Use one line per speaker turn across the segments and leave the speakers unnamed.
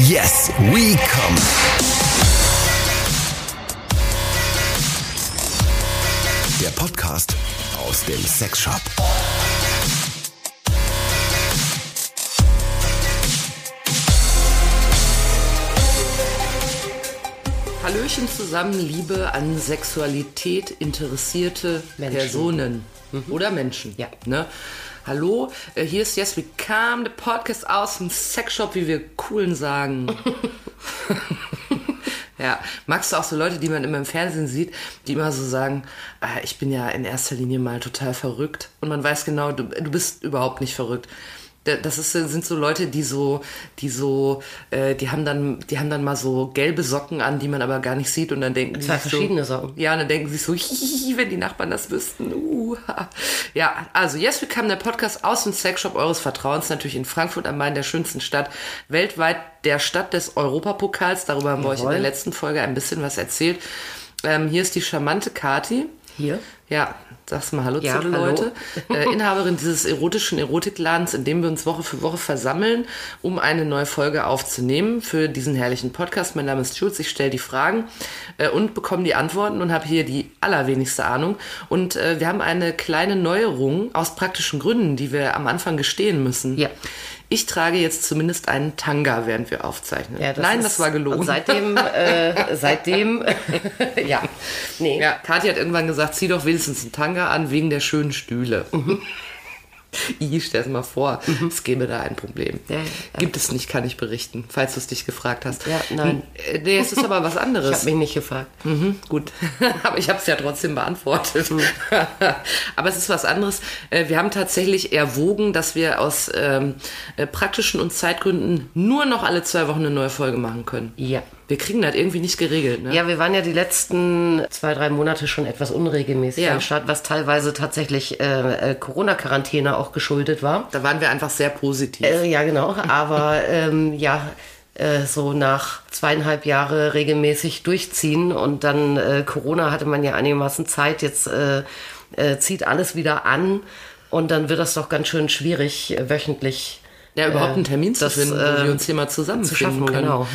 Yes, we come. Der Podcast aus dem Sexshop.
Hallöchen zusammen, liebe an Sexualität interessierte
Menschen. Mhm.
Personen oder Menschen.
Ja.
Ne? Hallo, äh, hier ist Yes We Come, der Podcast aus dem Sexshop, wie wir coolen sagen. ja, magst du auch so Leute, die man immer im Fernsehen sieht, die immer so sagen, "Ah, ich bin ja in erster Linie mal total verrückt und man weiß genau, du, du bist überhaupt nicht verrückt. Da- Das ist, sind so Leute, die so, die so, äh, die haben dann, die haben dann mal so gelbe Socken an, die man aber gar nicht sieht und dann denken
Zwei
die sich
verschiedene
so,
Socken.
Ja, und dann denken sie sich so, hihihi, wenn die Nachbarn das wüssten. Uh, ha. ja, also Yes We Come, der Podcast aus dem Sexshop eures Vertrauens, natürlich in Frankfurt am Main, der schönsten Stadt weltweit, der Stadt des Europapokals. Darüber haben wir euch in
Jawohl.
der letzten Folge ein bisschen was erzählt. Ähm, hier ist die charmante Kati.
Hier?
Ja, sag's mal Hallo
Ja,
zu den
hallo.
Leute. Äh, Inhaberin dieses erotischen Erotikladens, in dem wir uns Woche für Woche versammeln, um eine neue Folge aufzunehmen für diesen herrlichen Podcast. Mein Name ist Jules, ich stelle die Fragen äh, und bekomme die Antworten und habe hier die allerwenigste Ahnung. Und äh, wir haben eine kleine Neuerung aus praktischen Gründen, die wir am Anfang gestehen müssen.
Ja.
Ich trage jetzt zumindest einen Tanga, während wir aufzeichnen. Nein,
ist-
das war gelogen.
Und seitdem, äh, seitdem, ja, nee.
Ja, Kathi hat irgendwann gesagt, zieh doch wenigstens einen Tanga an, wegen der schönen Stühle.
Mhm.
Ich stell mal vor, es gäbe da ein Problem.
Ja, ja.
Gibt es nicht, kann ich berichten, falls du es dich gefragt hast.
Ja, nein.
N- Nee, es ist aber was
Ich habe
anderes.
mich nicht gefragt.
Mhm, gut, aber ich habe es ja trotzdem beantwortet.
Mhm.
aber es ist was anderes. Äh, Wir haben tatsächlich erwogen, dass wir aus ähm, äh, praktischen und Zeitgründen nur noch alle zwei Wochen eine neue Folge machen können.
Ja.
Wir kriegen das irgendwie nicht geregelt. Ne?
Ja, wir waren ja die letzten zwei, drei Monate schon etwas unregelmäßig
Ja.
am Start, was teilweise tatsächlich äh, äh, Corona-Quarantäne auch geschuldet war.
Da waren wir einfach sehr positiv.
Äh, ja, genau. Aber ähm, ja, äh, so nach zweieinhalb Jahre regelmäßig durchziehen und dann äh, Corona hatte man ja einigermaßen Zeit. Jetzt äh, äh, zieht alles wieder an und dann wird das doch ganz schön schwierig äh, wöchentlich.
Ja, überhaupt
äh,
einen Termin zu
das,
finden, wo
äh,
wir uns hier mal zusammenfinden
zu schaffen,
können.
genau,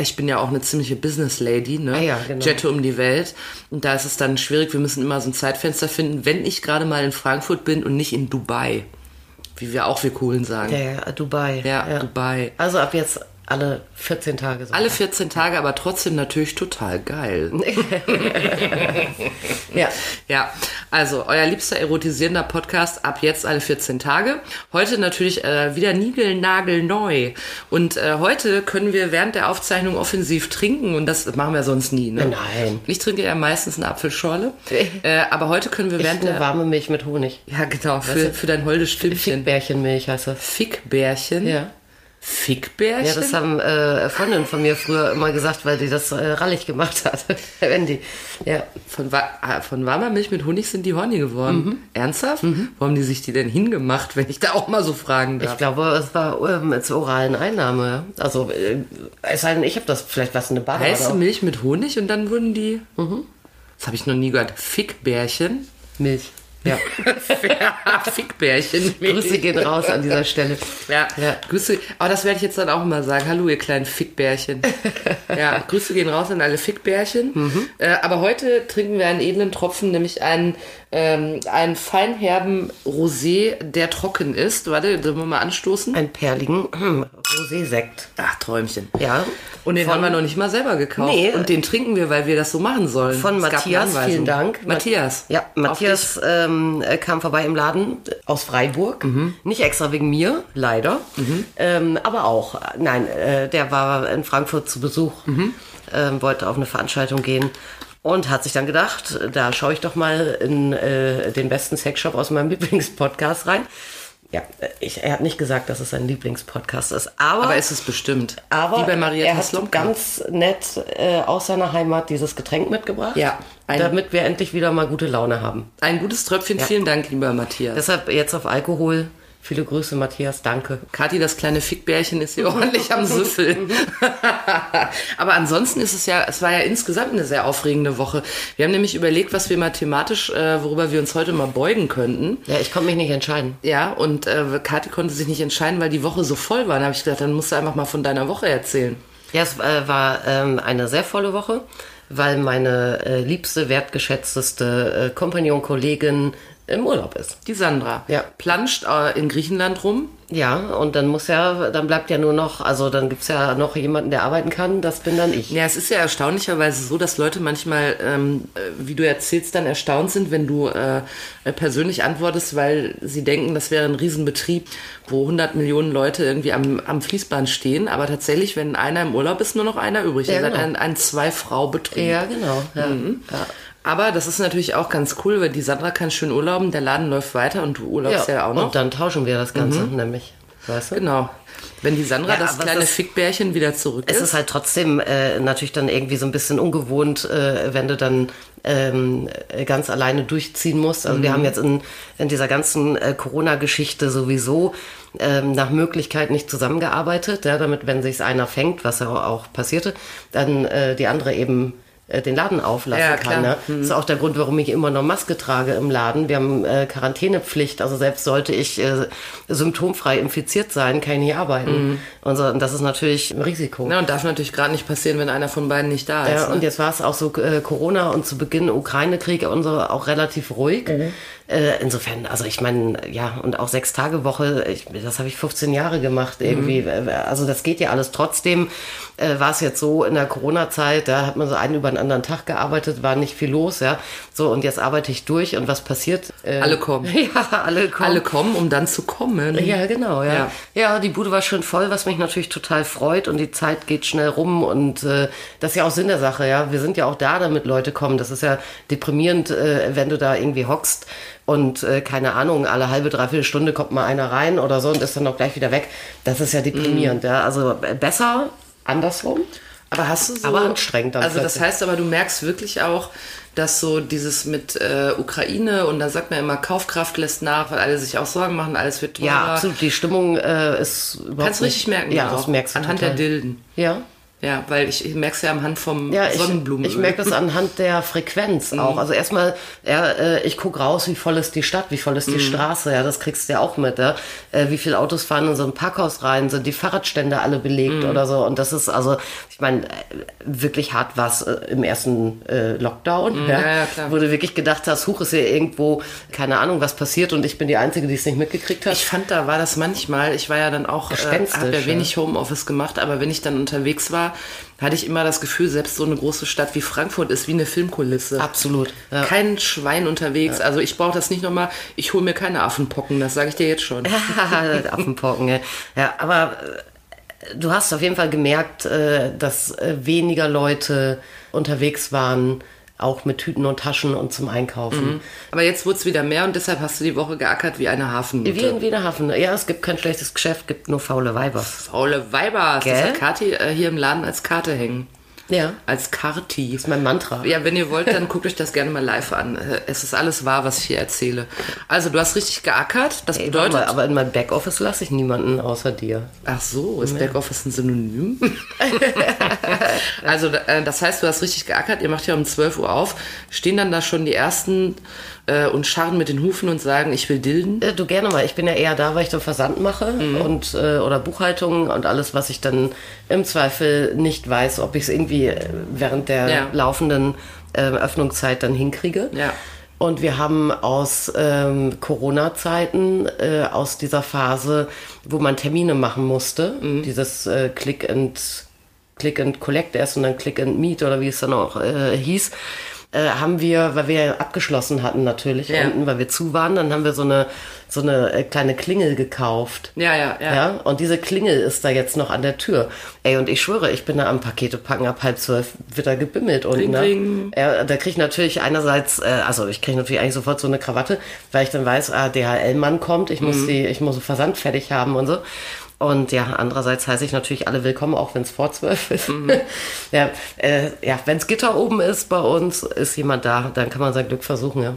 Ich bin ja auch eine ziemliche Business Lady, ne?
Ah ja, genau.
Jette um die Welt. Und da ist es dann schwierig, wir müssen immer so ein Zeitfenster finden, wenn ich gerade mal in Frankfurt bin und nicht in Dubai. Wie wir auch wir coolen sagen.
Ja, ja, Dubai.
Ja, Dubai.
Also ab jetzt alle 14 Tage so.
Alle 14 Tage, aber trotzdem natürlich total geil.
Ja.
Ja, also euer liebster erotisierender Podcast ab jetzt alle 14 Tage. Heute natürlich äh, wieder niegelnagelneu. Und äh, heute können wir während der Aufzeichnung offensiv trinken und das machen wir sonst nie. Ne?
Nein.
Ich trinke ja meistens eine Apfelschorle, äh, aber heute können wir
Ich
während
eine
der...
warme Milch mit Honig.
Ja, genau, für, für dein holdes Stimmchen.
Bärchenmilch heißt das.
Fickbärchen.
Ja.
Fickbärchen?
Ja, das haben äh, Freundinnen von mir früher immer gesagt, weil die das äh, rallig gemacht hat. Wendy. Ja.
Von, wa ah, von warmer Milch mit Honig sind die horny geworden.
Mhm.
Ernsthaft? Wo haben die sich die denn hingemacht, wenn ich da auch mal so fragen darf?
Ich glaube, es war ähm, zur oralen Einnahme. Also, äh, es sei denn, ich habe das vielleicht was in der Badewanne.
Heiße
auch.
Milch mit Honig und dann wurden die.
Mhm.
Das habe ich noch nie gehört. Fickbärchen.
Milch. Ja.
Fickbärchen.
Grüße gehen raus an dieser Stelle.
Ja.
Ja.
Grüße. Aber das werde ich jetzt dann auch mal sagen. Hallo, ihr kleinen Fickbärchen. ja, Grüße gehen raus an alle Fickbärchen.
Mhm.
Äh, aber heute trinken wir einen edlen Tropfen, nämlich einen, ähm, einen feinherben Rosé, der trocken ist. Warte, sollen wir mal anstoßen?
Ein perligen hm, Rosé-Sekt.
Ach, Träumchen.
Ja.
Und den
Von-
haben wir noch nicht mal selber gekauft.
Nee.
Und den trinken wir, weil wir das so machen sollen.
Von
Es gab eine
Matthias,
Anweisung.
vielen Dank.
Matthias.
Ja, Matthias ähm, äh, kam vorbei im Laden aus Freiburg. Nicht extra wegen mir, leider.
Mhm.
Ähm, aber auch, äh, nein, äh, der war in Frankfurt zu Besuch,
Mhm.
ähm, wollte auf eine Veranstaltung gehen und hat sich dann gedacht, da schaue ich doch mal in äh, den besten Sexshop aus meinem Lieblingspodcast rein. Ja, äh, ich, er hat nicht gesagt, dass es sein Lieblingspodcast ist, aber,
Aber es ist bestimmt.
aber
Wie bei Maria
er hat
Taslomka.
ganz nett äh, aus seiner Heimat dieses Getränk mitgebracht,
Ja, ein-
damit wir endlich wieder mal gute Laune haben.
Ein gutes Tröpfchen. Vielen Dank, lieber Matthias.
Deshalb jetzt auf Alkohol Viele Grüße, Matthias, danke.
Kathi, das kleine Fickbärchen, ist hier ordentlich am Süffeln.
Mhm.
Aber ansonsten ist es ja, es war ja insgesamt eine sehr aufregende Woche. Wir haben nämlich überlegt, was wir mal thematisch, äh, worüber wir uns heute mal beugen könnten.
Ja, ich konnte mich nicht entscheiden.
Ja, und äh, Kathi konnte sich nicht entscheiden, weil die Woche so voll war. Da habe ich gedacht, dann musst du einfach mal von deiner Woche erzählen.
Ja, es äh, war ähm, eine sehr volle Woche, weil meine äh, liebste, wertgeschätzteste äh, Kompagnon, Kollegin im Urlaub ist.
Die Sandra
Ja.
planscht äh, in Griechenland rum.
Ja, und dann muss ja, dann bleibt ja nur noch, also dann gibt's ja noch jemanden, der arbeiten kann, das bin dann ich.
Ja, es ist ja erstaunlicherweise so, dass Leute manchmal, ähm, äh, wie du erzählst, dann erstaunt sind, wenn du äh, äh, persönlich antwortest, weil sie denken, das wäre ein Riesenbetrieb, wo 100 Millionen Leute irgendwie am, am Fließband stehen. Aber tatsächlich, wenn einer im Urlaub ist, nur noch einer übrig.
Ja,
Ihr seid
genau.
ein, ein Zwei-Frau-Betrieb.
Ja, genau. Ja. Ja.
Aber das ist natürlich auch ganz cool, weil die Sandra kann schön urlauben, der Laden läuft weiter und du urlaubst ja, auch noch.
Und dann tauschen wir das Ganze nämlich. Weißt du?
Genau. Wenn die Sandra
Ja,
das
aber es
kleine
ist-
Fickbärchen wieder zurück
Es
ist,
ist halt trotzdem äh, natürlich dann irgendwie so ein bisschen ungewohnt, äh, wenn du dann ähm, äh, ganz alleine durchziehen musst. Also
Mhm.
wir haben jetzt in, in dieser ganzen äh, Corona-Geschichte sowieso ähm, nach Möglichkeit nicht zusammengearbeitet, ja, damit, wenn sich einer fängt, was ja auch passierte, dann äh, die andere eben äh, den Laden auflassen
Ja,
kann.
klar. Mhm.
Ne? Das ist auch der Grund, warum ich immer noch Maske trage im Laden. Wir haben äh, Quarantänepflicht, also selbst sollte ich äh, symptomfrei infiziert sein, kann ich nicht arbeiten. Und, so, und das ist natürlich ein Risiko.
Mhm. Na, ne, und darf natürlich gerade nicht passieren, wenn einer von beiden nicht da ist.
Ja,
ne?
und jetzt war es auch so äh, Corona und zu Beginn Ukraine-Krieg und so auch relativ ruhig.
Mhm.
Äh, insofern, also ich meine, ja, und auch sechs Tage Woche, ich, das habe ich 15 Jahre gemacht
Mhm.
irgendwie. Äh, Also das geht ja alles. Trotzdem äh, war es jetzt so in der Corona-Zeit, da hat man so einen über den anderen Tag gearbeitet, war nicht viel los, ja. So, und jetzt arbeite ich durch und was passiert? Äh,
Alle kommen.
Ja, alle kommen.
Alle kommen, um dann zu kommen.
Ja, genau, ja.
Ja.
ja. die Bude war schön voll, was mich natürlich total freut und die Zeit geht schnell rum und äh, das ist ja auch Sinn der Sache, ja. Wir sind ja auch da, damit Leute kommen. Das ist ja deprimierend, äh, wenn du da irgendwie hockst und äh, keine Ahnung, alle halbe, dreiviertel Stunde kommt mal einer rein oder so und ist dann auch gleich wieder weg. Das ist ja deprimierend, ja. Also äh, besser andersrum.
Mhm. Aber hast du so.
Aber anstrengend dann
Also, das
plötzlich.
heißt aber, du merkst wirklich auch, dass so dieses mit äh, Ukraine und da sagt man immer, Kaufkraft lässt nach, weil alle sich auch Sorgen machen, alles wird teurer.
Ja, absolut. Die Stimmung äh, ist überhaupt
Kannst du richtig
nicht-
merken.
Ja,
auch,
das merkst du
Anhand
total.
der Dilden.
Ja.
Ja, weil ich, ich merk's ja am Hand vom
Ja, ich,
Sonnenblumenöl.
ich merke das anhand der
Mhm.
Frequenz auch. Also erstmal, ja, äh, ich gucke raus, wie voll ist die Stadt, wie voll ist
Mhm.
die Straße, ja, das kriegst du ja auch mit, ja. Äh, Wie viele Autos fahren in so ein Parkhaus rein, sind die Fahrradstände alle
Mhm.
belegt oder so. Und das ist also, ich meine, äh, wirklich hart war es äh, im ersten äh, Lockdown, ja,
Mhm. ja, ja, klar.
wo du wirklich gedacht hast, huch, ist hier irgendwo, keine Ahnung, was passiert und ich bin die Einzige, die es nicht mitgekriegt hat.
Ich fand, da war das manchmal, ich war ja dann auch, äh, habe ja
Gespenstisch,
wenig Homeoffice gemacht, aber wenn ich dann unterwegs war, hatte ich immer das Gefühl, selbst so eine große Stadt wie Frankfurt ist wie eine Filmkulisse.
Absolut. Ja.
Kein Schwein unterwegs. Also ich brauche das nicht nochmal. Ich hole mir keine Affenpocken, das sage ich dir jetzt schon.
Affenpocken, ja. ja aber äh, du hast auf jeden Fall gemerkt, äh, dass äh, weniger Leute unterwegs waren, auch mit Tüten und Taschen und zum Einkaufen.
Aber jetzt wurde es wieder mehr und deshalb hast du die Woche geackert wie eine Hafennutte.
Wie in Wienerhafen. Ja, es gibt kein schlechtes Geschäft, gibt nur faule Weiber.
Faule Weiber. Das
Gell?
hat Kati äh, hier im Laden als Karte hängen.
Ja.
Als Karti.
Das ist mein Mantra.
Ja, wenn ihr wollt, dann guckt euch das gerne mal live an. Äh, Es ist alles wahr, was ich hier erzähle. Also, du hast richtig geackert. Das
Ey, warte
bedeutet.
mal, aber in meinem Backoffice lasse ich niemanden außer dir.
Ach so, ist Backoffice ein Synonym? also, äh, das heißt, du hast richtig geackert, ihr macht ja um 12 Uhr auf, stehen dann da schon die Ersten äh, und scharren mit den Hufen und sagen, ich will Dilden.
Äh, Du gerne mal. Ich bin ja eher da, weil ich dann Versand mache
Mhm.
und äh, oder Buchhaltung und alles, was ich dann im Zweifel nicht weiß, ob ich es irgendwie äh, während der
Ja.
laufenden äh, Öffnungszeit dann hinkriege.
Ja.
Und wir haben aus ähm, Corona-Zeiten, äh, aus dieser Phase, wo man Termine machen musste,
Mhm.
dieses äh, Click and Click and Collect erst und dann Click and Meet oder wie es dann auch äh, hieß, äh, haben wir, weil wir ja abgeschlossen hatten natürlich
Ja.
unten, weil wir zu waren, dann haben wir so eine, so eine äh, kleine Klingel gekauft.
Ja, ja, ja.
Ja, und diese Klingel ist da jetzt noch an der Tür. Ey, und ich schwöre, ich bin da am Pakete packen, ab halb zwölf wird da gebimmelt und
Ding,
ne?
ding.
Ja, da kriege ich natürlich einerseits, äh, also ich kriege natürlich eigentlich sofort so eine Krawatte, weil ich dann weiß, ah, DHL-Mann kommt, ich muss die, ich muss den Versand fertig haben und so. Und ja, andererseits heiße ich natürlich alle willkommen, auch wenn es vor zwölf ist. ja, äh, ja wenn es Gitter oben ist bei uns, ist jemand da, dann kann man sein Glück versuchen. Ja.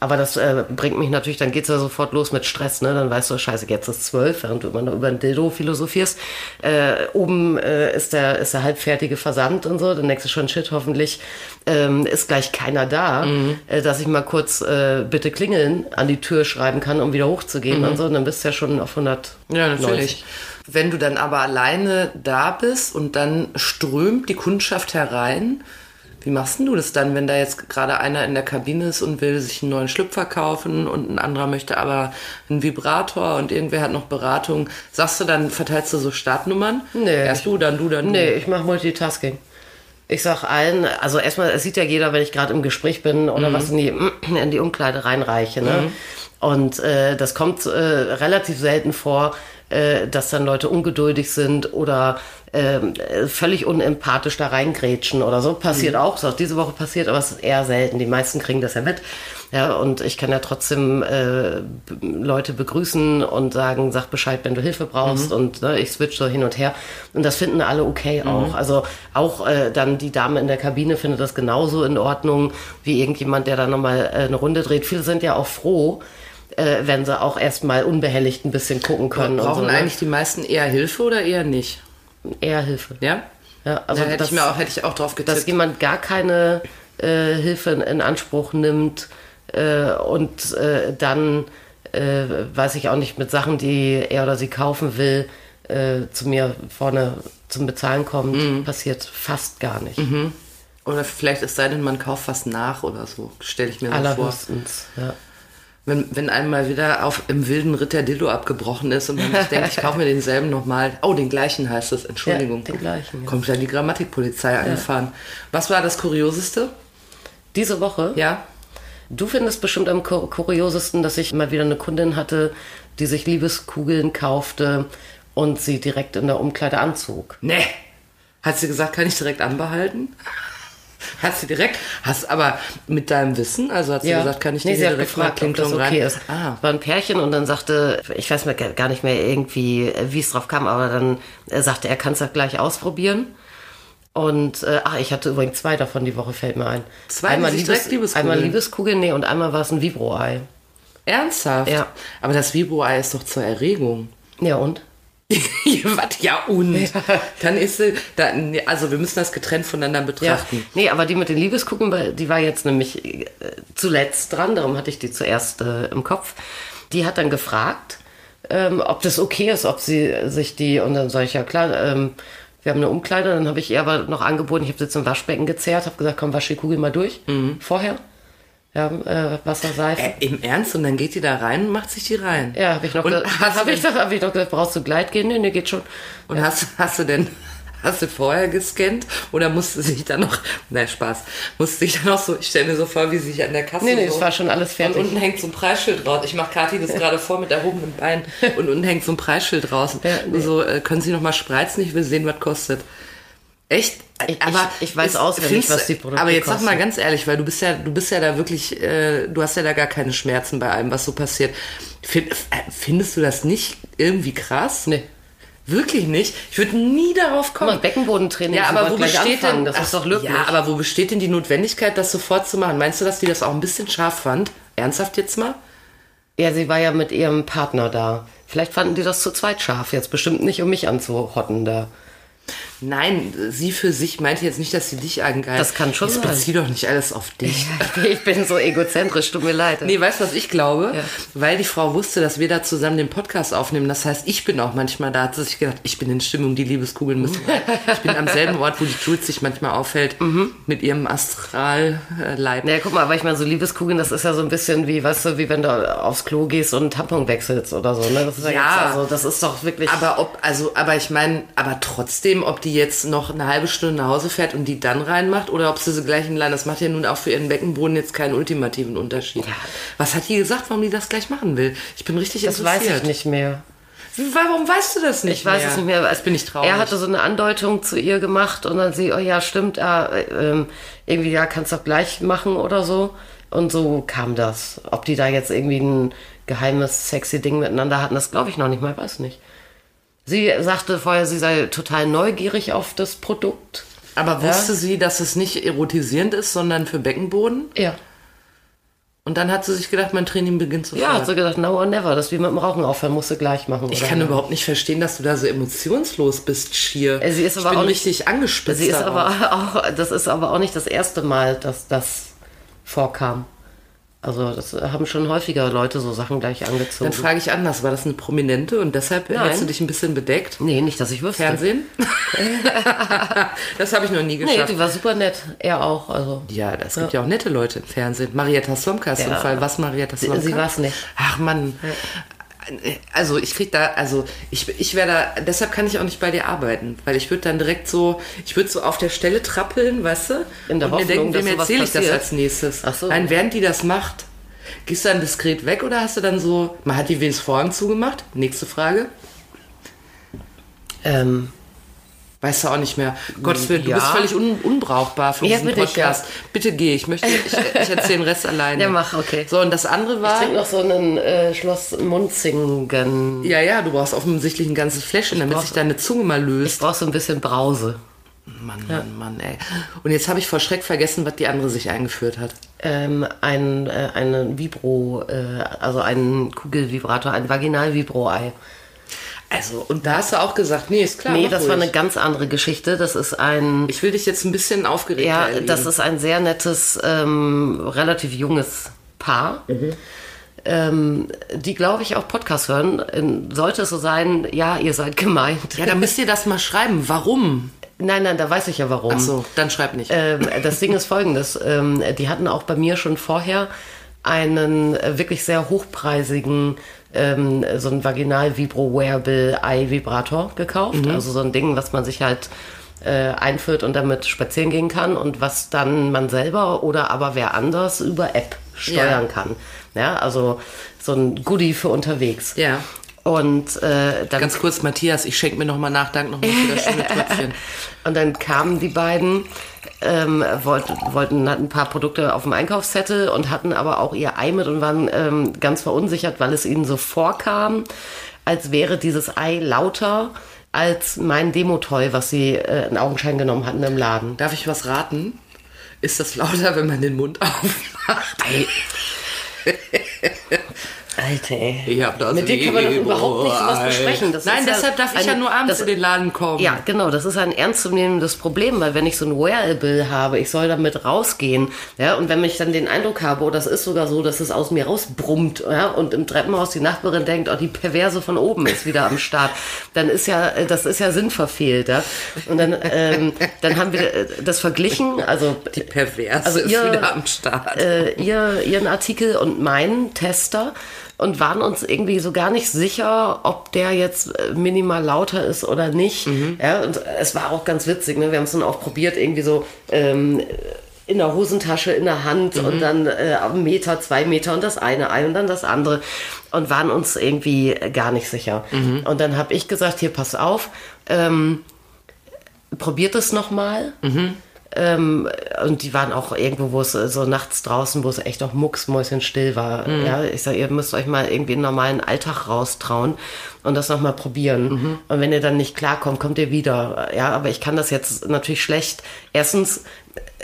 Aber das äh, bringt mich natürlich, dann geht's ja sofort los los mit Stress, ne? Dann weißt du, scheiße, jetzt ist zwölf, während du immer noch über ein Dildo philosophierst. Äh, oben äh, ist, der, ist der halbfertige Versand und so, dann denkst du schon, shit, hoffentlich ähm, ist gleich keiner da,
Mhm.
äh, dass ich mal kurz äh, bitte klingeln an die Tür schreiben kann, um wieder hochzugehen und so. Und dann bist du ja schon auf 100.
Mhm. Ja, natürlich. Wenn du dann aber alleine da bist und dann strömt die Kundschaft herein, wie machst denn du das dann, wenn da jetzt gerade einer in der Kabine ist und will sich einen neuen Schlüpfer kaufen und ein anderer möchte aber einen Vibrator und irgendwer hat noch Beratung? Sagst du dann, verteilst du so Startnummern?
Nee.
Erst du, dann du, dann du.
Nee, ich mache Multitasking. Ich sag allen, also erstmal, es sieht ja jeder, wenn ich gerade im Gespräch bin oder was in die, in die Umkleide reinreiche. Ne? Und äh, das kommt äh, relativ selten vor, äh, dass dann Leute ungeduldig sind oder ähm, äh, völlig unempathisch da reingrätschen oder so. Passiert auch, ist auch diese Woche passiert, aber es ist eher selten. Die meisten kriegen das ja mit. Ja, und ich kann ja trotzdem äh, b- Leute begrüßen und sagen, sag Bescheid, wenn du Hilfe brauchst.
Mhm.
Und ne, ich switch so hin und her. Und das finden alle okay auch. Also auch äh, dann die Dame in der Kabine findet das genauso in Ordnung wie irgendjemand, der da nochmal äh, eine Runde dreht. Viele sind ja auch froh, äh, wenn sie auch erstmal unbehelligt ein bisschen gucken können. und so,
Brauchen
ne?
eigentlich die meisten eher Hilfe oder eher nicht?
eher Hilfe.
Ja?
Ja, also
da hätte
das,
ich mir auch, hätte ich auch drauf
dass
getippt.
jemand gar keine äh, Hilfe in, in Anspruch nimmt äh, und äh, dann, äh, weiß ich auch nicht, mit Sachen, die er oder sie kaufen will, äh, zu mir vorne zum Bezahlen kommt,
Mhm.
passiert fast gar nicht.
Oder vielleicht es sei denn, man kauft was nach oder so. Stelle ich mir so vor.
Allerhöchstens. Ja.
Wenn, wenn einem mal wieder auf, im wilden Ritt der Dildo abgebrochen ist und man sich denkt, ich kaufe mir denselben nochmal. Oh, den gleichen heißt es, Entschuldigung.
Ja, den gleichen, ja.
Kommt dann die Grammatikpolizei angefahren. Was war das Kurioseste?
Diese Woche
Ja?
Du findest bestimmt am kur kuriosesten, dass ich mal wieder eine Kundin hatte, die sich Liebeskugeln kaufte und sie direkt in der Umkleide anzog.
Nee. Hat sie gesagt, kann ich direkt anbehalten? Hat sie direkt, hast aber mit deinem Wissen, also hat sie gesagt, kann ich
nee,
dir
sie
hier
hat
direkt
gefragt,
mal
ob das
Klingeln
okay
rein?
ist.
Ah,
War ein Pärchen und dann sagte, ich weiß mir gar nicht mehr irgendwie, äh, wie es drauf kam, aber dann äh, sagte er, kannst das gleich ausprobieren. Und äh, ach, ich hatte übrigens zwei davon die Woche, fällt mir ein.
Zwei, die sich direkt Liebeskugeln-
Einmal Liebeskugeln, nee, und einmal war es ein Vibro-Ei.
ernsthaft?
Ja.
Aber das Vibro-Ei ist doch zur Erregung.
Ja und?
Was? Ja, und? Dann ist sie, da, nee, also wir müssen das getrennt voneinander betrachten.
Nee, aber die mit den Liebeskugeln, die war jetzt nämlich äh, zuletzt dran, darum hatte ich die zuerst äh, im Kopf. Die hat dann gefragt, ähm, ob das okay ist, ob sie äh, sich die, und dann sage ich, ja klar, ähm, wir haben eine Umkleide, dann habe ich ihr aber noch angeboten, ich habe sie zum Waschbecken gezerrt, habe gesagt, komm, wasch die Kugel mal durch, vorher. Ja, äh, Wasser, Seife.
Mhm. Äh, Im Ernst? Und dann geht die da rein und macht sich die rein.
Ja, habe ich noch
Und
gesagt,
hast
hab
du
ich, doch- hab ich doch gesagt, brauchst du Gleitgel? Nee, nee, geht schon.
Und hast, hast du denn, hast du vorher gescannt? Oder musste sich dann noch, nein, Spaß, musste sich dann noch so, ich stelle mir so vor, wie sie sich an der Kasse
Nee, nee,
so,
es war schon alles fertig.
Und unten hängt so ein Preisschild raus. Ich mache Kathi das gerade vor mit erhobenem Bein. Und unten hängt so ein Preisschild raus.
Ja, nee.
So, äh, können Sie noch mal spreizen? Ich will sehen, was kostet. Echt?
Ich- ich- ich weiß auswendig,
findest du-
was die Produkte
Aber jetzt sag mal
kosten.
ganz ehrlich, weil du bist ja, du bist ja da wirklich, äh, du hast ja da gar keine Schmerzen bei allem, was so passiert. Fin- äh, findest du das nicht irgendwie krass?
Nee.
Wirklich nicht? Ich würde nie darauf
Guck mal,
kommen.
Beckenbodentraining,
Ja,
sie
aber
wollte
wo
gleich
besteht
anfangen,
denn,
das ist
Ach,
doch löblich.
Ja, aber wo besteht denn die Notwendigkeit, das sofort zu machen? Meinst du, dass die das auch ein bisschen scharf fand? Ernsthaft jetzt mal?
Ja, sie war ja mit ihrem Partner da. Vielleicht fanden die das zu zweit scharf. Jetzt bestimmt nicht, um mich anzuhotten da.
Nein, sie für sich meinte jetzt nicht, dass sie dich angreift.
Das kann schon
jetzt
sein.
Bezieh doch nicht alles auf dich.
Ich bin so egozentrisch, tut mir leid.
Nee, weißt du, was ich glaube? Weil die Frau wusste, dass wir da zusammen den Podcast aufnehmen. Das heißt, ich bin auch manchmal da. Hat sie sich gedacht, ich bin in Stimmung, die Liebeskugeln müssen. rein. ich bin am selben Ort, wo die Jules sich manchmal aufhält,
Mhm.
mit ihrem Astralleib.
Naja, guck mal, aber ich meine, so Liebeskugeln, das ist ja so ein bisschen wie, weißt du, wie wenn du aufs Klo gehst und einen Tampon wechselst oder so. Ne? Das ist ja,
Ja.
jetzt also, das ist doch wirklich.
Aber ob, also, aber ich meine, aber trotzdem, ob die jetzt noch eine halbe Stunde nach Hause fährt und die dann reinmacht oder ob sie sie gleich in Land, das macht ja nun auch für ihren Beckenboden jetzt keinen ultimativen Unterschied. Was hat die gesagt, warum die das gleich machen will? Ich bin richtig
das
interessiert.
weiß ich nicht mehr.
Wie- Warum weißt du das nicht?
Ich weiß
mehr?
es nicht mehr.
Jetzt bin ich traurig.
Er hatte so eine Andeutung zu ihr gemacht und dann sie, oh ja, stimmt, ah, äh, ähm, irgendwie, ja, kannst doch gleich machen oder so. Und so kam das. Ob die da jetzt irgendwie ein geheimes, sexy Ding miteinander hatten, das glaube ich noch nicht mal, weiß nicht. Sie sagte vorher, sie sei total neugierig auf das Produkt.
aber wusste sie, dass es nicht erotisierend ist, sondern für Beckenboden?
Ja.
Und dann hat sie sich gedacht, mein Training beginnt sofort.
Ja, also- hat so gedacht, now or never, dass wir mit dem Rauchen aufhören, musst du gleich machen.
Ich
oder?
kann überhaupt nicht verstehen, dass du da so emotionslos bist, schier.
Äh, sie ist
ich
aber
bin
auch nicht-
richtig angespitzt.
Also Sie ist
darauf.
aber auch, das ist aber auch nicht das erste Mal, dass das vorkam. Also das haben schon häufiger Leute so Sachen gleich
Dann
angezogen.
frage ich anders, war das eine Prominente und deshalb
Nein.
hältst du dich ein bisschen bedeckt?
Nee, nicht, dass ich wüsste.
Fernsehen? das habe ich noch nie
Nee,
geschafft.
die war super nett. Er auch. Also
ja, es gibt ja. auch nette Leute im Fernsehen. Marietta Slomka ist so ein
Ja.
Fall. Was Marietta Slomka?
sie war's nicht.
Ach Mann. Also ich krieg da, also ich, ich wäre da, deshalb kann ich auch nicht bei dir arbeiten, weil ich würde dann direkt so, ich würde so auf der Stelle trappeln, weißt du?
In der
und mir denken,
Hoffnung, dass
wem
sowas
erzähle ich das
passiert.
als nächstes?
Ach so.
Nein, während die das macht, gehst du dann diskret weg oder hast du dann so, man hat die wenigstens Vorhang zugemacht? Nächste Frage.
ähm,
Weißt du auch nicht mehr. Gottes Willen, du
ja.
bist völlig un unbrauchbar für
Ja,
diesen
bitte,
Podcast. Bitte geh, ich möchte, ich, ich erzähle den Rest alleine.
Ja, mach, okay.
So, und das andere war,
trink noch so einen äh, Schloss Munzingen.
ja, ja, du brauchst offensichtlich ein ganzes Fläschchen, damit
brauch-
sich deine Zunge mal
Ich
löst.
brauch so ein bisschen Brause.
Mann, Mann, Mann, ey. Und jetzt habe ich vor Schreck vergessen, was die andere sich eingeführt hat.
Ähm, ein, äh, einen Vibro, äh, also einen Kugelvibrator, ein Vaginal-Vibro-Ei.
Also, und da hast du auch gesagt, nee, ist klar.
nee,
mach
das war
ruhig.
eine ganz andere Geschichte. Das ist ein
Ich will dich jetzt ein bisschen aufgeregt
Ja,
erleben.
das ist ein sehr nettes, ähm, relativ junges Paar.
Mhm.
Ähm, die, glaube ich, auch Podcast hören. Ähm, Sollte es so sein, ja, ihr seid gemeint.
Ja, da müsst ihr das mal schreiben. Warum?
Nein, nein, da weiß ich ja warum.
Ach so, dann schreib nicht.
Ähm, das Ding ist folgendes. Ähm, die hatten auch bei mir schon vorher einen äh, wirklich sehr hochpreisigen, ähm, so ein vaginal vibro wearable eye vibrator gekauft.
Mhm.
Also so ein Ding, was man sich halt äh, einführt und damit spazieren gehen kann und was dann man selber oder aber wer anders über App steuern
Ja.
kann. Ja, also so ein Goodie für unterwegs.
Ja.
Und äh, dann
Ganz kurz, Matthias, ich schenke mir nochmal nach, dank nochmal für das schöne Tröpfchen.
Und dann kamen die beiden, ähm, wollt, wollten, hatten ein paar Produkte auf dem Einkaufszettel und hatten aber auch ihr Ei mit und waren ähm, ganz verunsichert, weil es ihnen so vorkam, als wäre dieses Ei lauter als mein Demotoy, was sie äh, in Augenschein genommen hatten im Laden.
Darf ich was raten? Ist das lauter, wenn man den Mund aufmacht?
Alter, ey.
Ich hab das
Mit dir kann man das
Vibro-
überhaupt nicht sowas
Ei.
besprechen. Das
Oh, Nein,
ist ja
deshalb darf ich
eine-
ja nur abends
das-
in den Laden kommen.
Ja, genau, das ist ein ernstzunehmendes Problem, weil wenn ich so ein Wearable habe, ich soll damit rausgehen, ja, und wenn ich dann den Eindruck habe, oh, das ist sogar so, dass es aus mir rausbrummt, ja, und im Treppenhaus die Nachbarin denkt, oh, die Perverse von oben ist wieder am Start, dann ist ja, äh, das ist ja sinnverfehlt, ja, und dann, ähm, dann haben wir äh, das verglichen, also
Die Perverse
Also
ist
ihr-
wieder am Start.
äh, ihr, ihren Artikel und meinen Tester und waren uns irgendwie so gar nicht sicher, ob der jetzt äh, minimal lauter ist oder nicht. Ja, und es war auch ganz witzig. Ne? Wir haben es dann auch probiert, irgendwie so ähm, in der Hosentasche, in der Hand und dann äh, einen Meter, zwei Meter und das eine Ei und dann das andere und waren uns irgendwie äh, gar nicht sicher. Und dann habe ich gesagt, hier, pass auf, ähm, probiert es nochmal.
Mhm.
Ähm, und die waren auch irgendwo, wo es äh, so nachts draußen, wo es echt auch mucksmäuschenstill war.
Mhm.
Ja, ich sag, ihr müsst euch mal irgendwie einen normalen Alltag raustrauen und das nochmal probieren.
Mhm.
Und wenn ihr dann nicht klarkommt, kommt ihr wieder. Ja, aber ich kann das jetzt natürlich schlecht. Erstens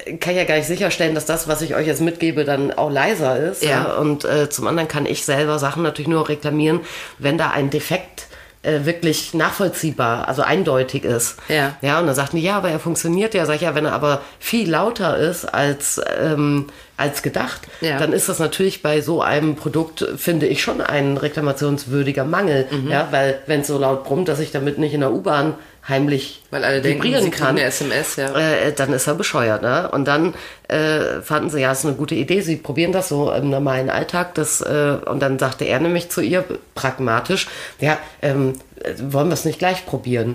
äh, kann ich ja gar nicht sicherstellen, dass das, was ich euch jetzt mitgebe, dann auch leiser ist.
Ja.
Und äh, zum anderen kann ich selber Sachen natürlich nur reklamieren, wenn da ein Defekt äh, wirklich nachvollziehbar, also eindeutig ist.
Ja.
Ja, und dann sagten die, ja, aber er funktioniert ja. Sag ich, ja, wenn er aber viel lauter ist als, ähm, als gedacht,
Ja.
dann ist das natürlich bei so einem Produkt, finde ich, schon ein reklamationswürdiger Mangel.
Mhm.
Ja, weil wenn es so laut brummt, dass ich damit nicht in der U-Bahn heimlich
Weil alle denken,
vibrieren
sie kriegen
kann,
eine SMS, ja.
äh, dann ist er bescheuert. Ne? Und dann äh, fanden sie, ja, ist eine gute Idee, sie probieren das so im normalen Alltag. Das, äh, und dann sagte er nämlich zu ihr pragmatisch, ja, ähm, äh, wollen wir es nicht gleich probieren?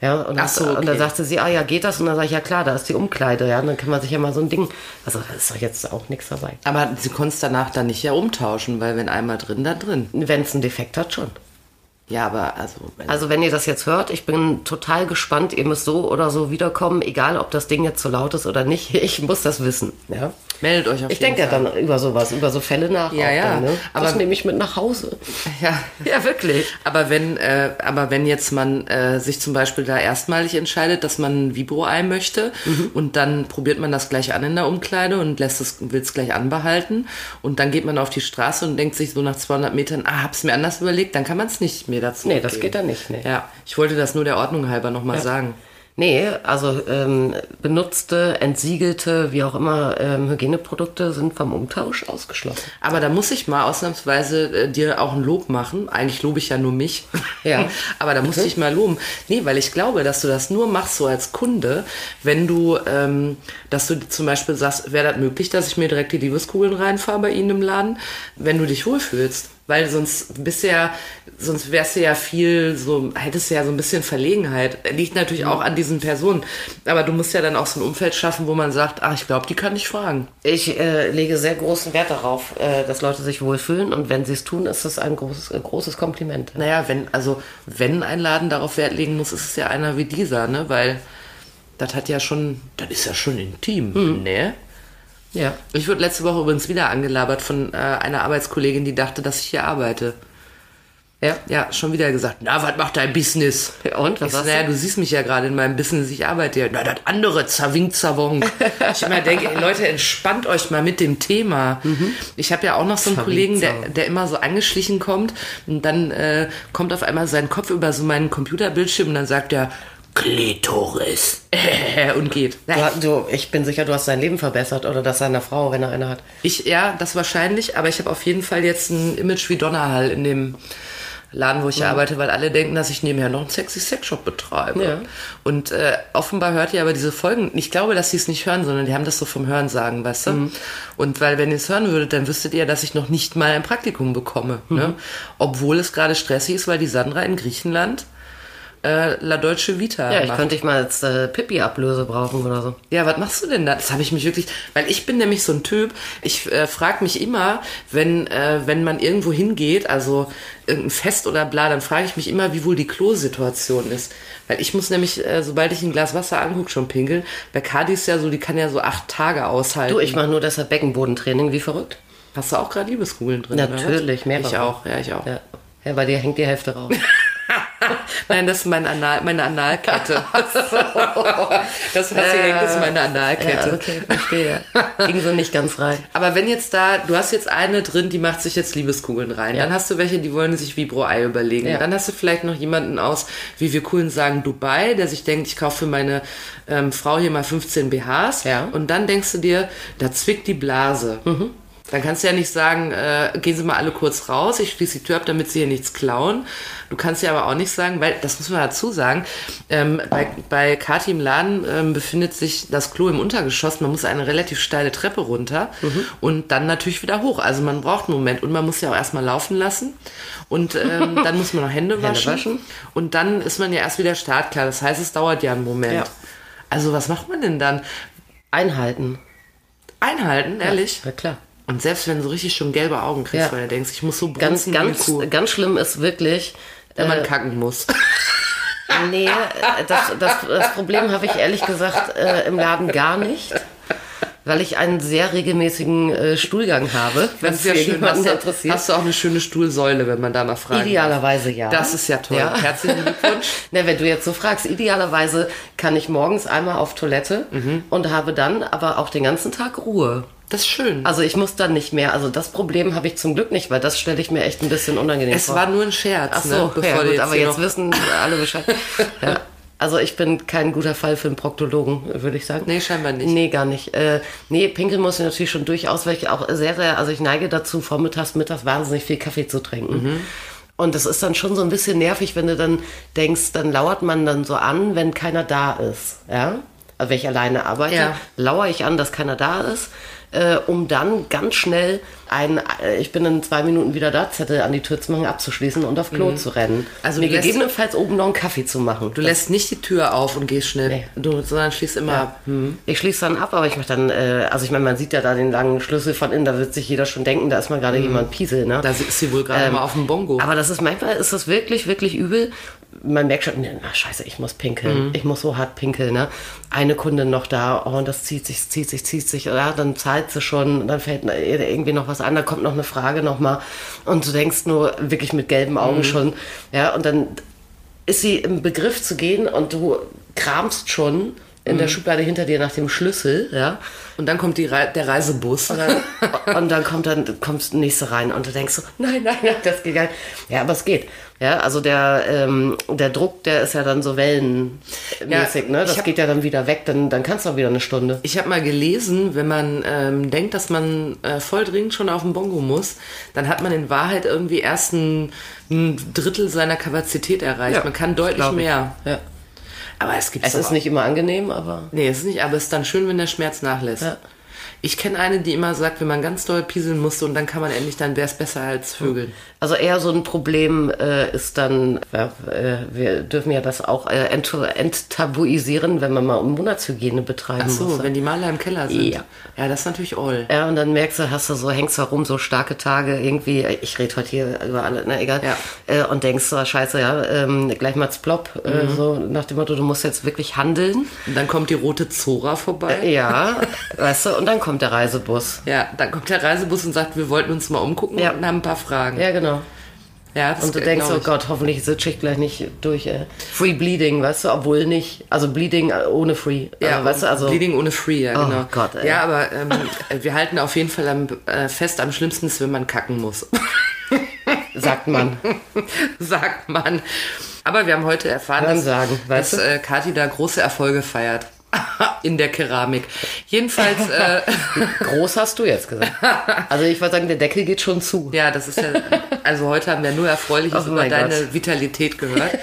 Ja, und,
Mhm. Ach so,
und dann
okay.
sagte sie, ah ja, geht das? Und dann sage ich, ja klar, da ist die Umkleide, ja, und dann kann man sich ja mal so ein Ding, also da ist doch jetzt auch nichts dabei.
Aber du konntest danach dann nicht ja umtauschen, weil wenn einmal drin, dann drin.
Wenn es einen Defekt hat, schon.
Ja, aber also, wenn-
Also wenn ihr das jetzt hört, ich bin total gespannt, ihr müsst so oder so wiederkommen, egal ob das Ding jetzt zu laut ist oder nicht, ich muss das wissen. Ja?
Meldet euch auf
Ich
jeden
denke ja
Fall.
dann über sowas, über so Fälle nach.
Ja,
auch
ja.
Dann, ne?
Aber-
das nehme ich mit nach Hause.
Ja.
Ja, wirklich.
Aber wenn, äh, aber wenn jetzt man äh, sich zum Beispiel da erstmalig entscheidet, dass man ein Vibro-Ei möchte
Mhm.
und dann probiert man das gleich an in der Umkleide und lässt es, will es gleich anbehalten und dann geht man auf die Straße und denkt sich so nach 200 Metern, ah, hab's mir anders überlegt, dann kann man es nicht mehr dazu.
Nee, das geht dann nicht. Nee.
Ja, ich wollte das nur der Ordnung halber nochmal mal sagen.
Nee, also ähm, benutzte, entsiegelte, wie auch immer, ähm, Hygieneprodukte sind vom Umtausch ausgeschlossen.
Aber da muss ich mal ausnahmsweise äh, dir auch ein Lob machen. Eigentlich lobe ich ja nur mich.
Ja.
Aber da muss ich mal loben. Nee, weil ich glaube, dass du das nur machst so als Kunde, wenn du, ähm, dass du zum Beispiel sagst, wäre das möglich, dass ich mir direkt die Liebeskugeln reinfahre bei Ihnen im Laden, wenn du dich wohlfühlst. Weil sonst bist du ja, sonst wärst du ja viel so, hättest du ja so ein bisschen Verlegenheit. Liegt natürlich auch an diesen Personen. Aber du musst ja dann auch so ein Umfeld schaffen, wo man sagt, ach, ich glaube, die kann ich fragen.
Ich äh, lege sehr großen Wert darauf, äh, dass Leute sich wohlfühlen und wenn sie es tun, ist es ein großes, äh, großes Kompliment.
Naja, wenn, also wenn ein Laden darauf Wert legen muss, ist es ja einer wie dieser, ne? Weil das hat ja schon, das ist ja schon intim, ne?
Ja.
Ich wurde letzte Woche übrigens wieder angelabert von äh, einer Arbeitskollegin, die dachte, dass ich hier arbeite.
Ja.
Ja, schon wieder gesagt, na, was macht dein Business?
Und, was
ich so,
sagst
naja,
du?
du siehst mich ja gerade in meinem Business, ich arbeite ja. Na, das andere, Zawing, Zawong. ich immer denke, ey, Leute, entspannt euch mal mit dem Thema. Ich habe ja auch noch so einen
Zawing,
Kollegen, der,
Zawong.
der immer so angeschlichen kommt und dann äh, kommt auf einmal sein Kopf über so meinen Computerbildschirm und dann sagt er, Klitoris. und geht.
Du, du, ich bin sicher, du hast sein Leben verbessert oder das seiner Frau, wenn er eine hat.
Ich, ja, das wahrscheinlich, aber ich habe auf jeden Fall jetzt ein Image wie Donnerhall in dem Laden, wo ich
Mhm.
arbeite, weil alle denken, dass ich nebenher noch einen sexy Sexshop betreibe.
Ja.
Und äh, offenbar hört ihr aber diese Folgen. Ich glaube, dass sie es nicht hören, sondern die haben das so vom Hörensagen, weißt du?
Mhm.
Und weil, wenn ihr es hören würdet, dann wüsstet ihr, dass ich noch nicht mal ein Praktikum bekomme.
Mhm.
Ne? Obwohl es gerade stressig ist, weil die Sandra in Griechenland äh, La Dolce Vita
Ja, ich
macht.
könnte ich mal als äh, Pippi-Ablöse brauchen oder so.
Ja, was machst du denn da? Das habe ich mich wirklich, weil ich bin nämlich so ein Typ, ich äh, frage mich immer, wenn, äh, wenn man irgendwo hingeht, also irgendein Fest oder bla, dann frage ich mich immer, wie wohl die Klosituation ist. Weil ich muss nämlich, äh, sobald ich ein Glas Wasser angucke, schon pinkeln. Bei Kadi ist ja so, die kann ja so acht Tage aushalten.
Du, ich mache nur deshalb Beckenbodentraining, wie verrückt.
Hast du auch gerade Liebeskugeln drin?
Natürlich,
oder was?
mehrere.
Ich auch, ja, ich auch.
Ja. ja, bei dir hängt die Hälfte raus.
Nein, das ist mein Anal, meine Analkette. das, was hier hängt, ist meine Analkette.
Also, Ja, okay, verstehe. Ging so nicht ganz rein.
Aber wenn jetzt da, du hast jetzt eine drin, die macht sich jetzt Liebeskugeln rein. Dann hast du welche, die wollen sich Vibro-Ei überlegen.
Ja.
Dann hast du vielleicht noch jemanden aus, wie wir coolen sagen, Dubai, der sich denkt, ich kaufe für meine ähm, Frau hier mal 15 BHs.
Ja. Mhm.
Und dann denkst du dir, da zwickt die Blase. Dann kannst du ja nicht sagen, äh, gehen Sie mal alle kurz raus, ich schließe die Tür ab, damit Sie hier nichts klauen. Du kannst ja aber auch nicht sagen, weil, das muss man dazu sagen, ähm, bei, bei Kati im Laden ähm, befindet sich das Klo im Untergeschoss, man muss eine relativ steile Treppe runter
Mhm.
und dann natürlich wieder hoch. Also man braucht einen Moment und man muss ja auch erstmal laufen lassen und ähm, dann muss man noch Hände waschen.
waschen.
und dann ist man ja erst wieder startklar. Das heißt, es dauert ja einen Moment.
Ja.
Also was macht man denn dann?
Einhalten.
Einhalten, ehrlich?
Ja, klar.
Und selbst wenn du richtig schon gelbe Augen kriegst,
Ja.
weil du denkst, ich muss so
Ganz,
brunzen wie
ganz, äh,
eine Kuh,
ganz schlimm ist wirklich.
wenn man kacken muss.
Nee, äh, das, das, das Problem habe ich ehrlich gesagt äh, im Laden gar nicht, weil ich einen sehr regelmäßigen äh, Stuhlgang habe. Wenn es jemanden
Hast du,
interessiert.
hast du auch eine schöne Stuhlsäule, wenn man da mal fragt.
Idealerweise ja.
Das ist ja toll. Herzlichen Glückwunsch.
Na, wenn du jetzt so fragst, idealerweise kann ich morgens einmal auf Toilette
Mhm.
und habe dann aber auch den ganzen Tag Ruhe.
Das ist schön.
Also ich muss dann nicht mehr. Also das Problem habe ich zum Glück nicht, weil das stelle ich mir echt ein bisschen unangenehm
es
vor.
war nur ein Scherz.
Ach
ne?
so, ja,
du
gut,
jetzt
aber
hier
jetzt
noch-
wissen alle Bescheid. ja. Also ich bin kein guter Fall für einen Proktologen, würde ich sagen.
Nee, scheinbar nicht.
Nee, gar nicht. Äh, nee, pinkeln muss ich natürlich schon durchaus, weil ich auch sehr, sehr, also ich neige dazu, vormittags, mittags wahnsinnig viel Kaffee zu trinken.
Mhm.
Und das ist dann schon so ein bisschen nervig, wenn du dann denkst, dann lauert man dann so an, wenn keiner da ist. Ja? Also wenn ich alleine arbeite,
Ja.
lauere ich an, dass keiner da ist, äh, um dann ganz schnell ein, äh, ich bin in zwei Minuten wieder da, Zettel an die Tür zu machen, abzuschließen und auf Klo zu rennen.
Also
Also mir
du lässt-
gegebenenfalls oben noch einen Kaffee zu machen.
Du lässt nicht die Tür auf und gehst schnell,
Nee.
du, sondern schließt immer ab.
Ich schließe dann ab, aber ich mache dann, äh, also ich meine, man sieht ja da den langen Schlüssel von innen, da wird sich jeder schon denken, da ist mal gerade jemand Piesel, ne?
Da ist sie wohl gerade mal auf dem Bongo.
Aber das ist manchmal ist das wirklich, wirklich übel, man merkt schon, ne, na scheiße, ich muss pinkeln, ich muss so hart pinkeln. Ne? Eine Kundin noch da, oh, und das zieht sich, zieht sich, zieht sich, ja, dann zahlt sie schon, dann fällt ihr irgendwie noch was an, da kommt noch eine Frage nochmal. Und du denkst nur wirklich mit gelben Augen schon, ja, und dann ist sie im Begriff zu gehen und du kramst schon in der Schublade hinter dir nach dem Schlüssel, ja,
Und dann kommt die Rei der Reisebus.
und dann, und dann kommt dann kommt die nächste rein und du denkst so, nein, nein, nein, das geht gar nicht. Ja, aber es geht. Ja, also der, ähm, der Druck, der ist ja dann so wellenmäßig,
Ja,
ne?
ich
Das
hab-
geht ja dann wieder weg, dann, dann kannst du auch wieder eine Stunde.
Ich habe mal gelesen, wenn man ähm, denkt, dass man äh, voll dringend schon auf den Bongo muss, dann hat man in Wahrheit irgendwie erst ein, ein Drittel seiner Kapazität erreicht.
Ja,
man kann
das
deutlich
glaub ich.
mehr.
Ja.
Aber es gibt
Es ist nicht immer angenehm, aber
Nee, es ist nicht, aber es ist dann schön, wenn der Schmerz nachlässt.
Ja.
Ich kenne eine, die immer sagt, wenn man ganz doll pieseln musste und dann kann man endlich, dann wäre es besser als Vögeln.
also eher so ein Problem äh, ist dann, ja, äh, wir dürfen ja das auch äh, ent enttabuisieren, wenn man mal um Monatshygiene betreiben
Ach
muss.
so, wenn die Maler im Keller sind.
Ja.
ja das ist natürlich all.
Ja, und dann merkst du, hast du so, hängst herum, so starke Tage irgendwie, ich rede heute hier über alle, na egal,
Ja.
äh, und denkst so, scheiße, ja, ähm, gleich mal's plopp, äh,
Mhm.
so nach dem Motto, du musst jetzt wirklich handeln.
Und dann kommt die rote Zora vorbei.
Ja, weißt du, und dann kommt der Reisebus.
Ja, dann kommt der Reisebus und sagt, wir wollten uns mal umgucken
Ja.
und haben ein paar Fragen.
Ja, genau.
Ja, das
Und du
glaub
denkst,
ich.
oh Gott, hoffentlich sitze ich gleich nicht durch. Äh. Free Bleeding, weißt du, obwohl nicht, also Bleeding äh, ohne Free.
Ja,
also, weißt du, also,
Bleeding ohne Free, ja,
Oh
genau.
Gott, ey.
Ja, aber ähm, wir halten auf jeden Fall am, äh, fest, am schlimmsten ist, wenn man kacken muss.
sagt man.
sagt man. Aber wir haben heute erfahren,
Hören
dass,
sagen, weißt
dass
du?
äh, Kathi da große Erfolge feiert. In der Keramik. Jedenfalls, äh,
Groß hast du jetzt gesagt. Also ich würde sagen, der Deckel geht schon zu.
ja, das ist ja, also heute haben wir nur Erfreuliches
Oh
über
mein
deine
Gott.
Vitalität gehört.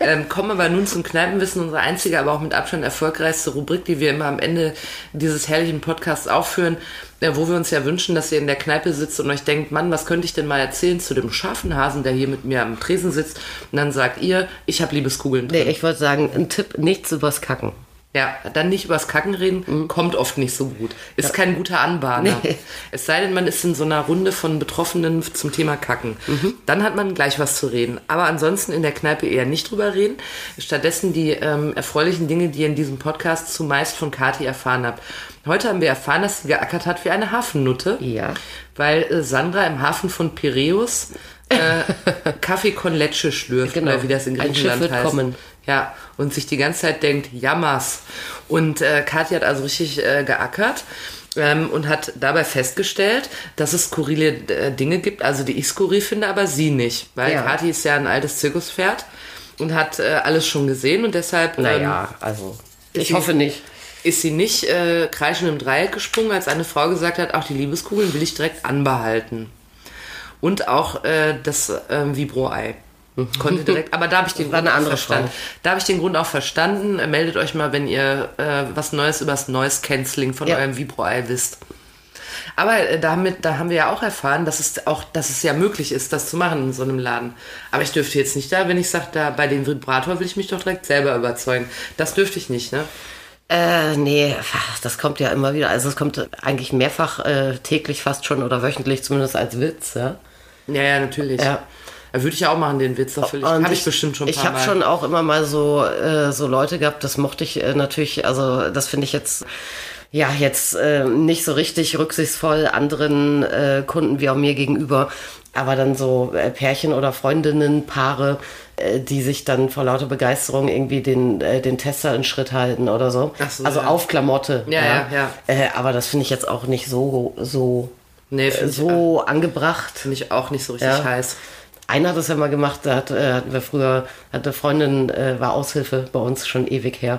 Ähm, kommen aber nun zum Kneipenwissen, unsere einzige, aber auch mit Abstand erfolgreichste Rubrik, die wir immer am Ende dieses herrlichen Podcasts aufführen, äh, wo wir uns ja wünschen, dass ihr in der Kneipe sitzt und euch denkt, Mann, was könnte ich denn mal erzählen zu dem scharfen Hasen, der hier mit mir am Tresen sitzt? Und dann sagt ihr, ich habe Liebeskugeln drin.
Nee, ich würde sagen, ein Tipp, nichts übers Kacken.
Ja, dann nicht übers Kacken reden, kommt oft nicht so gut. Ist kein guter Anbahner.
Mhm. Nee.
Es sei denn, man ist in so einer Runde von Betroffenen zum Thema Kacken.
Mhm.
Dann hat man gleich was zu reden. Aber ansonsten in der Kneipe eher nicht drüber reden. Stattdessen die ähm, erfreulichen Dinge, die ihr in diesem Podcast zumeist von Kati erfahren habt. Heute haben wir erfahren, dass sie geackert hat wie eine Hafennutte.
Ja.
Weil äh, Sandra im Hafen von Piräus äh, Kaffee con Leche schlürft.
Genau.
Oder wie das in
Ein Schiff
Griechenland
wird
heißt.
kommen.
Ja, und sich die ganze Zeit denkt, jammers. Und äh, Kathi hat also richtig äh, geackert ähm, und hat dabei festgestellt, dass es skurrile äh, Dinge gibt, also die ich skurril finde, aber sie nicht. Weil
Ja.
Kathi ist ja ein altes Zirkuspferd und hat äh, alles schon gesehen und deshalb ähm,
Naja, also. Ich
sie-
hoffe nicht.
ist sie nicht äh, kreischend im Dreieck gesprungen, als eine Frau gesagt hat, auch die Liebeskugeln will ich direkt anbehalten. Und auch äh, das ähm, Vibro-Ei. Konnte direkt, aber da habe ich den
Mhm. War eine
Grund auch
andere
verstanden. Da habe ich den Grund auch verstanden. Äh, Meldet euch mal, wenn ihr äh, was Neues über das Noise Canceling von
Ja.
eurem Vibro-Ei wisst. Aber äh, damit, da haben wir ja auch erfahren, dass es auch, dass es ja möglich ist, das zu machen in so einem Laden. Aber ich dürfte jetzt nicht da, wenn ich sage, da bei dem Vibrator will ich mich doch direkt selber überzeugen. Das dürfte ich nicht, ne?
Äh, nee, ach, das kommt ja immer wieder. Also es kommt eigentlich mehrfach äh, täglich fast schon oder wöchentlich zumindest als Witz. Ja?
Ja, ja, natürlich.
Ja.
Da würde ich ja auch machen, den Witz natürlich.
Und
Habe ich bestimmt schon ein
Ich
paar
habe
Mal.
schon auch immer mal so äh, so Leute gehabt. Das mochte ich äh, natürlich. Also das finde ich jetzt ja jetzt äh, nicht so richtig rücksichtsvoll anderen äh, Kunden wie auch mir gegenüber. Aber dann so äh, Pärchen oder Freundinnen, Paare, äh, die sich dann vor lauter Begeisterung irgendwie den, äh, den Tester in Schritt halten oder so.
Ach so,
also
ja.
auf Klamotte.
Ja, ja, ja.
Äh, aber das finde ich jetzt auch nicht so, so,
Nee,
äh,
finde so
so angebracht.
ich, find ich auch nicht so richtig
Ja.
heiß.
Einer hat das ja mal gemacht, da hat, äh, hatten wir früher, hatte Freundin, äh, war Aushilfe bei uns schon ewig her.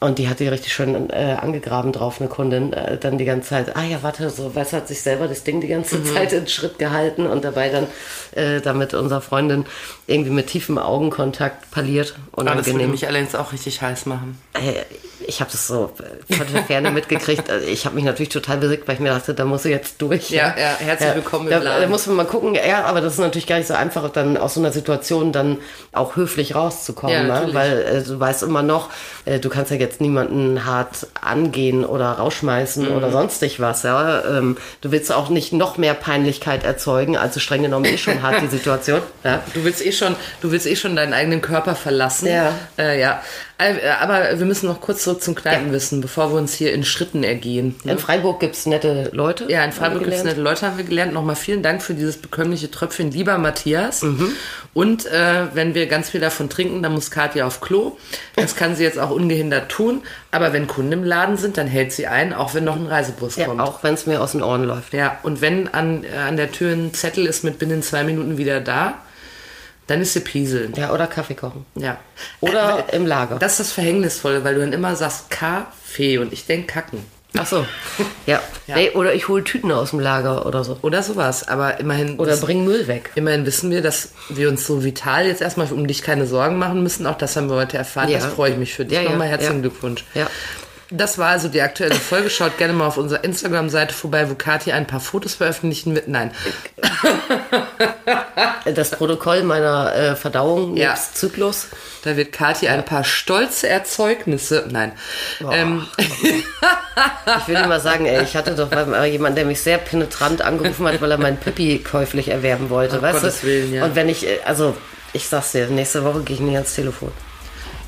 Und die hat die richtig schön äh, angegraben drauf, eine Kundin. Äh, dann die ganze Zeit, ah ja, warte, so, was hat sich selber das Ding die ganze
Mhm.
Zeit in Schritt gehalten und dabei dann äh, damit unserer Freundin irgendwie mit tiefem Augenkontakt parliert.
Aber das würde
Unangenehm.
mich allerdings auch richtig heiß machen.
Äh, ich habe das so äh, von der Ferne mitgekriegt. Also Ich habe mich natürlich total besiegt, weil ich mir dachte, da muss ich jetzt durch.
Ja, ja, herzlich willkommen im
da,
Laden.
Da muss man mal gucken. Ja, aber das ist natürlich gar nicht so einfach, dann aus so einer Situation dann auch höflich rauszukommen,
Ja,
ne?
natürlich.
weil äh, du weißt immer noch, äh, du kannst ja jetzt jetzt niemanden hart angehen oder rausschmeißen
Mhm.
oder sonstig was. Ja? Ähm, du willst auch nicht noch mehr Peinlichkeit erzeugen, also streng genommen eh schon hart die Situation. Ja?
Du willst eh schon, du willst eh schon deinen eigenen Körper verlassen.
Ja.
Äh, ja. Äh, Aber wir müssen noch kurz zurück zum Kneipenwissen, bevor wir uns hier in Schritten ergehen.
In Freiburg gibt es nette Leute.
Ja, in Freiburg gibt es
gelernt.
nette Leute, haben wir gelernt. Nochmal vielen Dank für dieses bekömmliche Tröpfchen, lieber Matthias. Und äh, wenn wir ganz viel davon trinken, dann muss Katja auf Klo. Das kann sie jetzt auch ungehindert tun. Aber wenn Kunden im Laden sind, dann hält sie ein, auch wenn noch ein Reisebus
Ja,
kommt.
auch wenn es mir aus den Ohren läuft.
Ja, und wenn an, äh, an der Tür ein Zettel ist mit binnen zwei Minuten wieder da, dann ist sie pieseln.
Ja, oder Kaffee kochen.
Ja.
Oder
Äh,
im Lager.
das ist das Verhängnisvolle, weil du dann immer sagst Kaffee und ich denk Kacken.
Ach so. Ja.
Ja.
Nee, oder ich hole Tüten aus dem Lager oder so.
Oder sowas. Aber immerhin.
Oder
das-
bring Müll weg.
Immerhin wissen wir, dass wir uns so vital jetzt erstmal um dich keine Sorgen machen müssen. Auch das haben wir heute erfahren.
Ja.
Das freue ich mich für dich.
Ja, ja,
Nochmal herzlichen
ja.
Glückwunsch.
Ja.
Das war also die aktuelle Folge. Schaut gerne mal auf unserer Instagram-Seite vorbei, wo Kathi ein paar Fotos veröffentlichen wird. Nein,
Das Protokoll meiner äh, Verdauung
Ja.
nebst Zyklus.
da wird Kathi ein paar stolze Erzeugnisse. Nein. Ähm,
Ich will immer sagen, ey, ich hatte doch mal jemanden, der mich sehr penetrant angerufen hat, weil er meinen Pippi käuflich erwerben wollte. weißt
Um Gottes
du?
Willen, ja.
Und wenn ich, äh, also ich sag's dir, nächste Woche gehe ich nicht ans Telefon.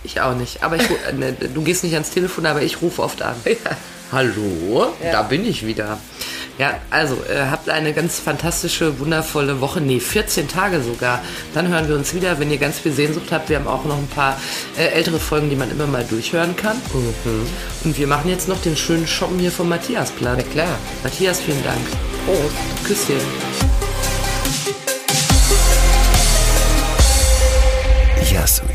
ich auch nicht. Aber ich, ru- äh, ne, du gehst nicht ans Telefon, aber ich rufe oft an. Hallo, da bin ich wieder. Ja, also äh, habt eine ganz fantastische, wundervolle Woche, nee, 14 Tage sogar. Dann hören wir uns wieder, wenn ihr ganz viel Sehnsucht habt. Wir haben auch noch ein paar äh, ältere Folgen, die man immer mal durchhören kann. Mhm. Und wir machen jetzt noch den schönen Shoppen hier vom Matthiasplatz. Na
klar.
Matthias, vielen Dank. Prost. Küsschen.
Yes, we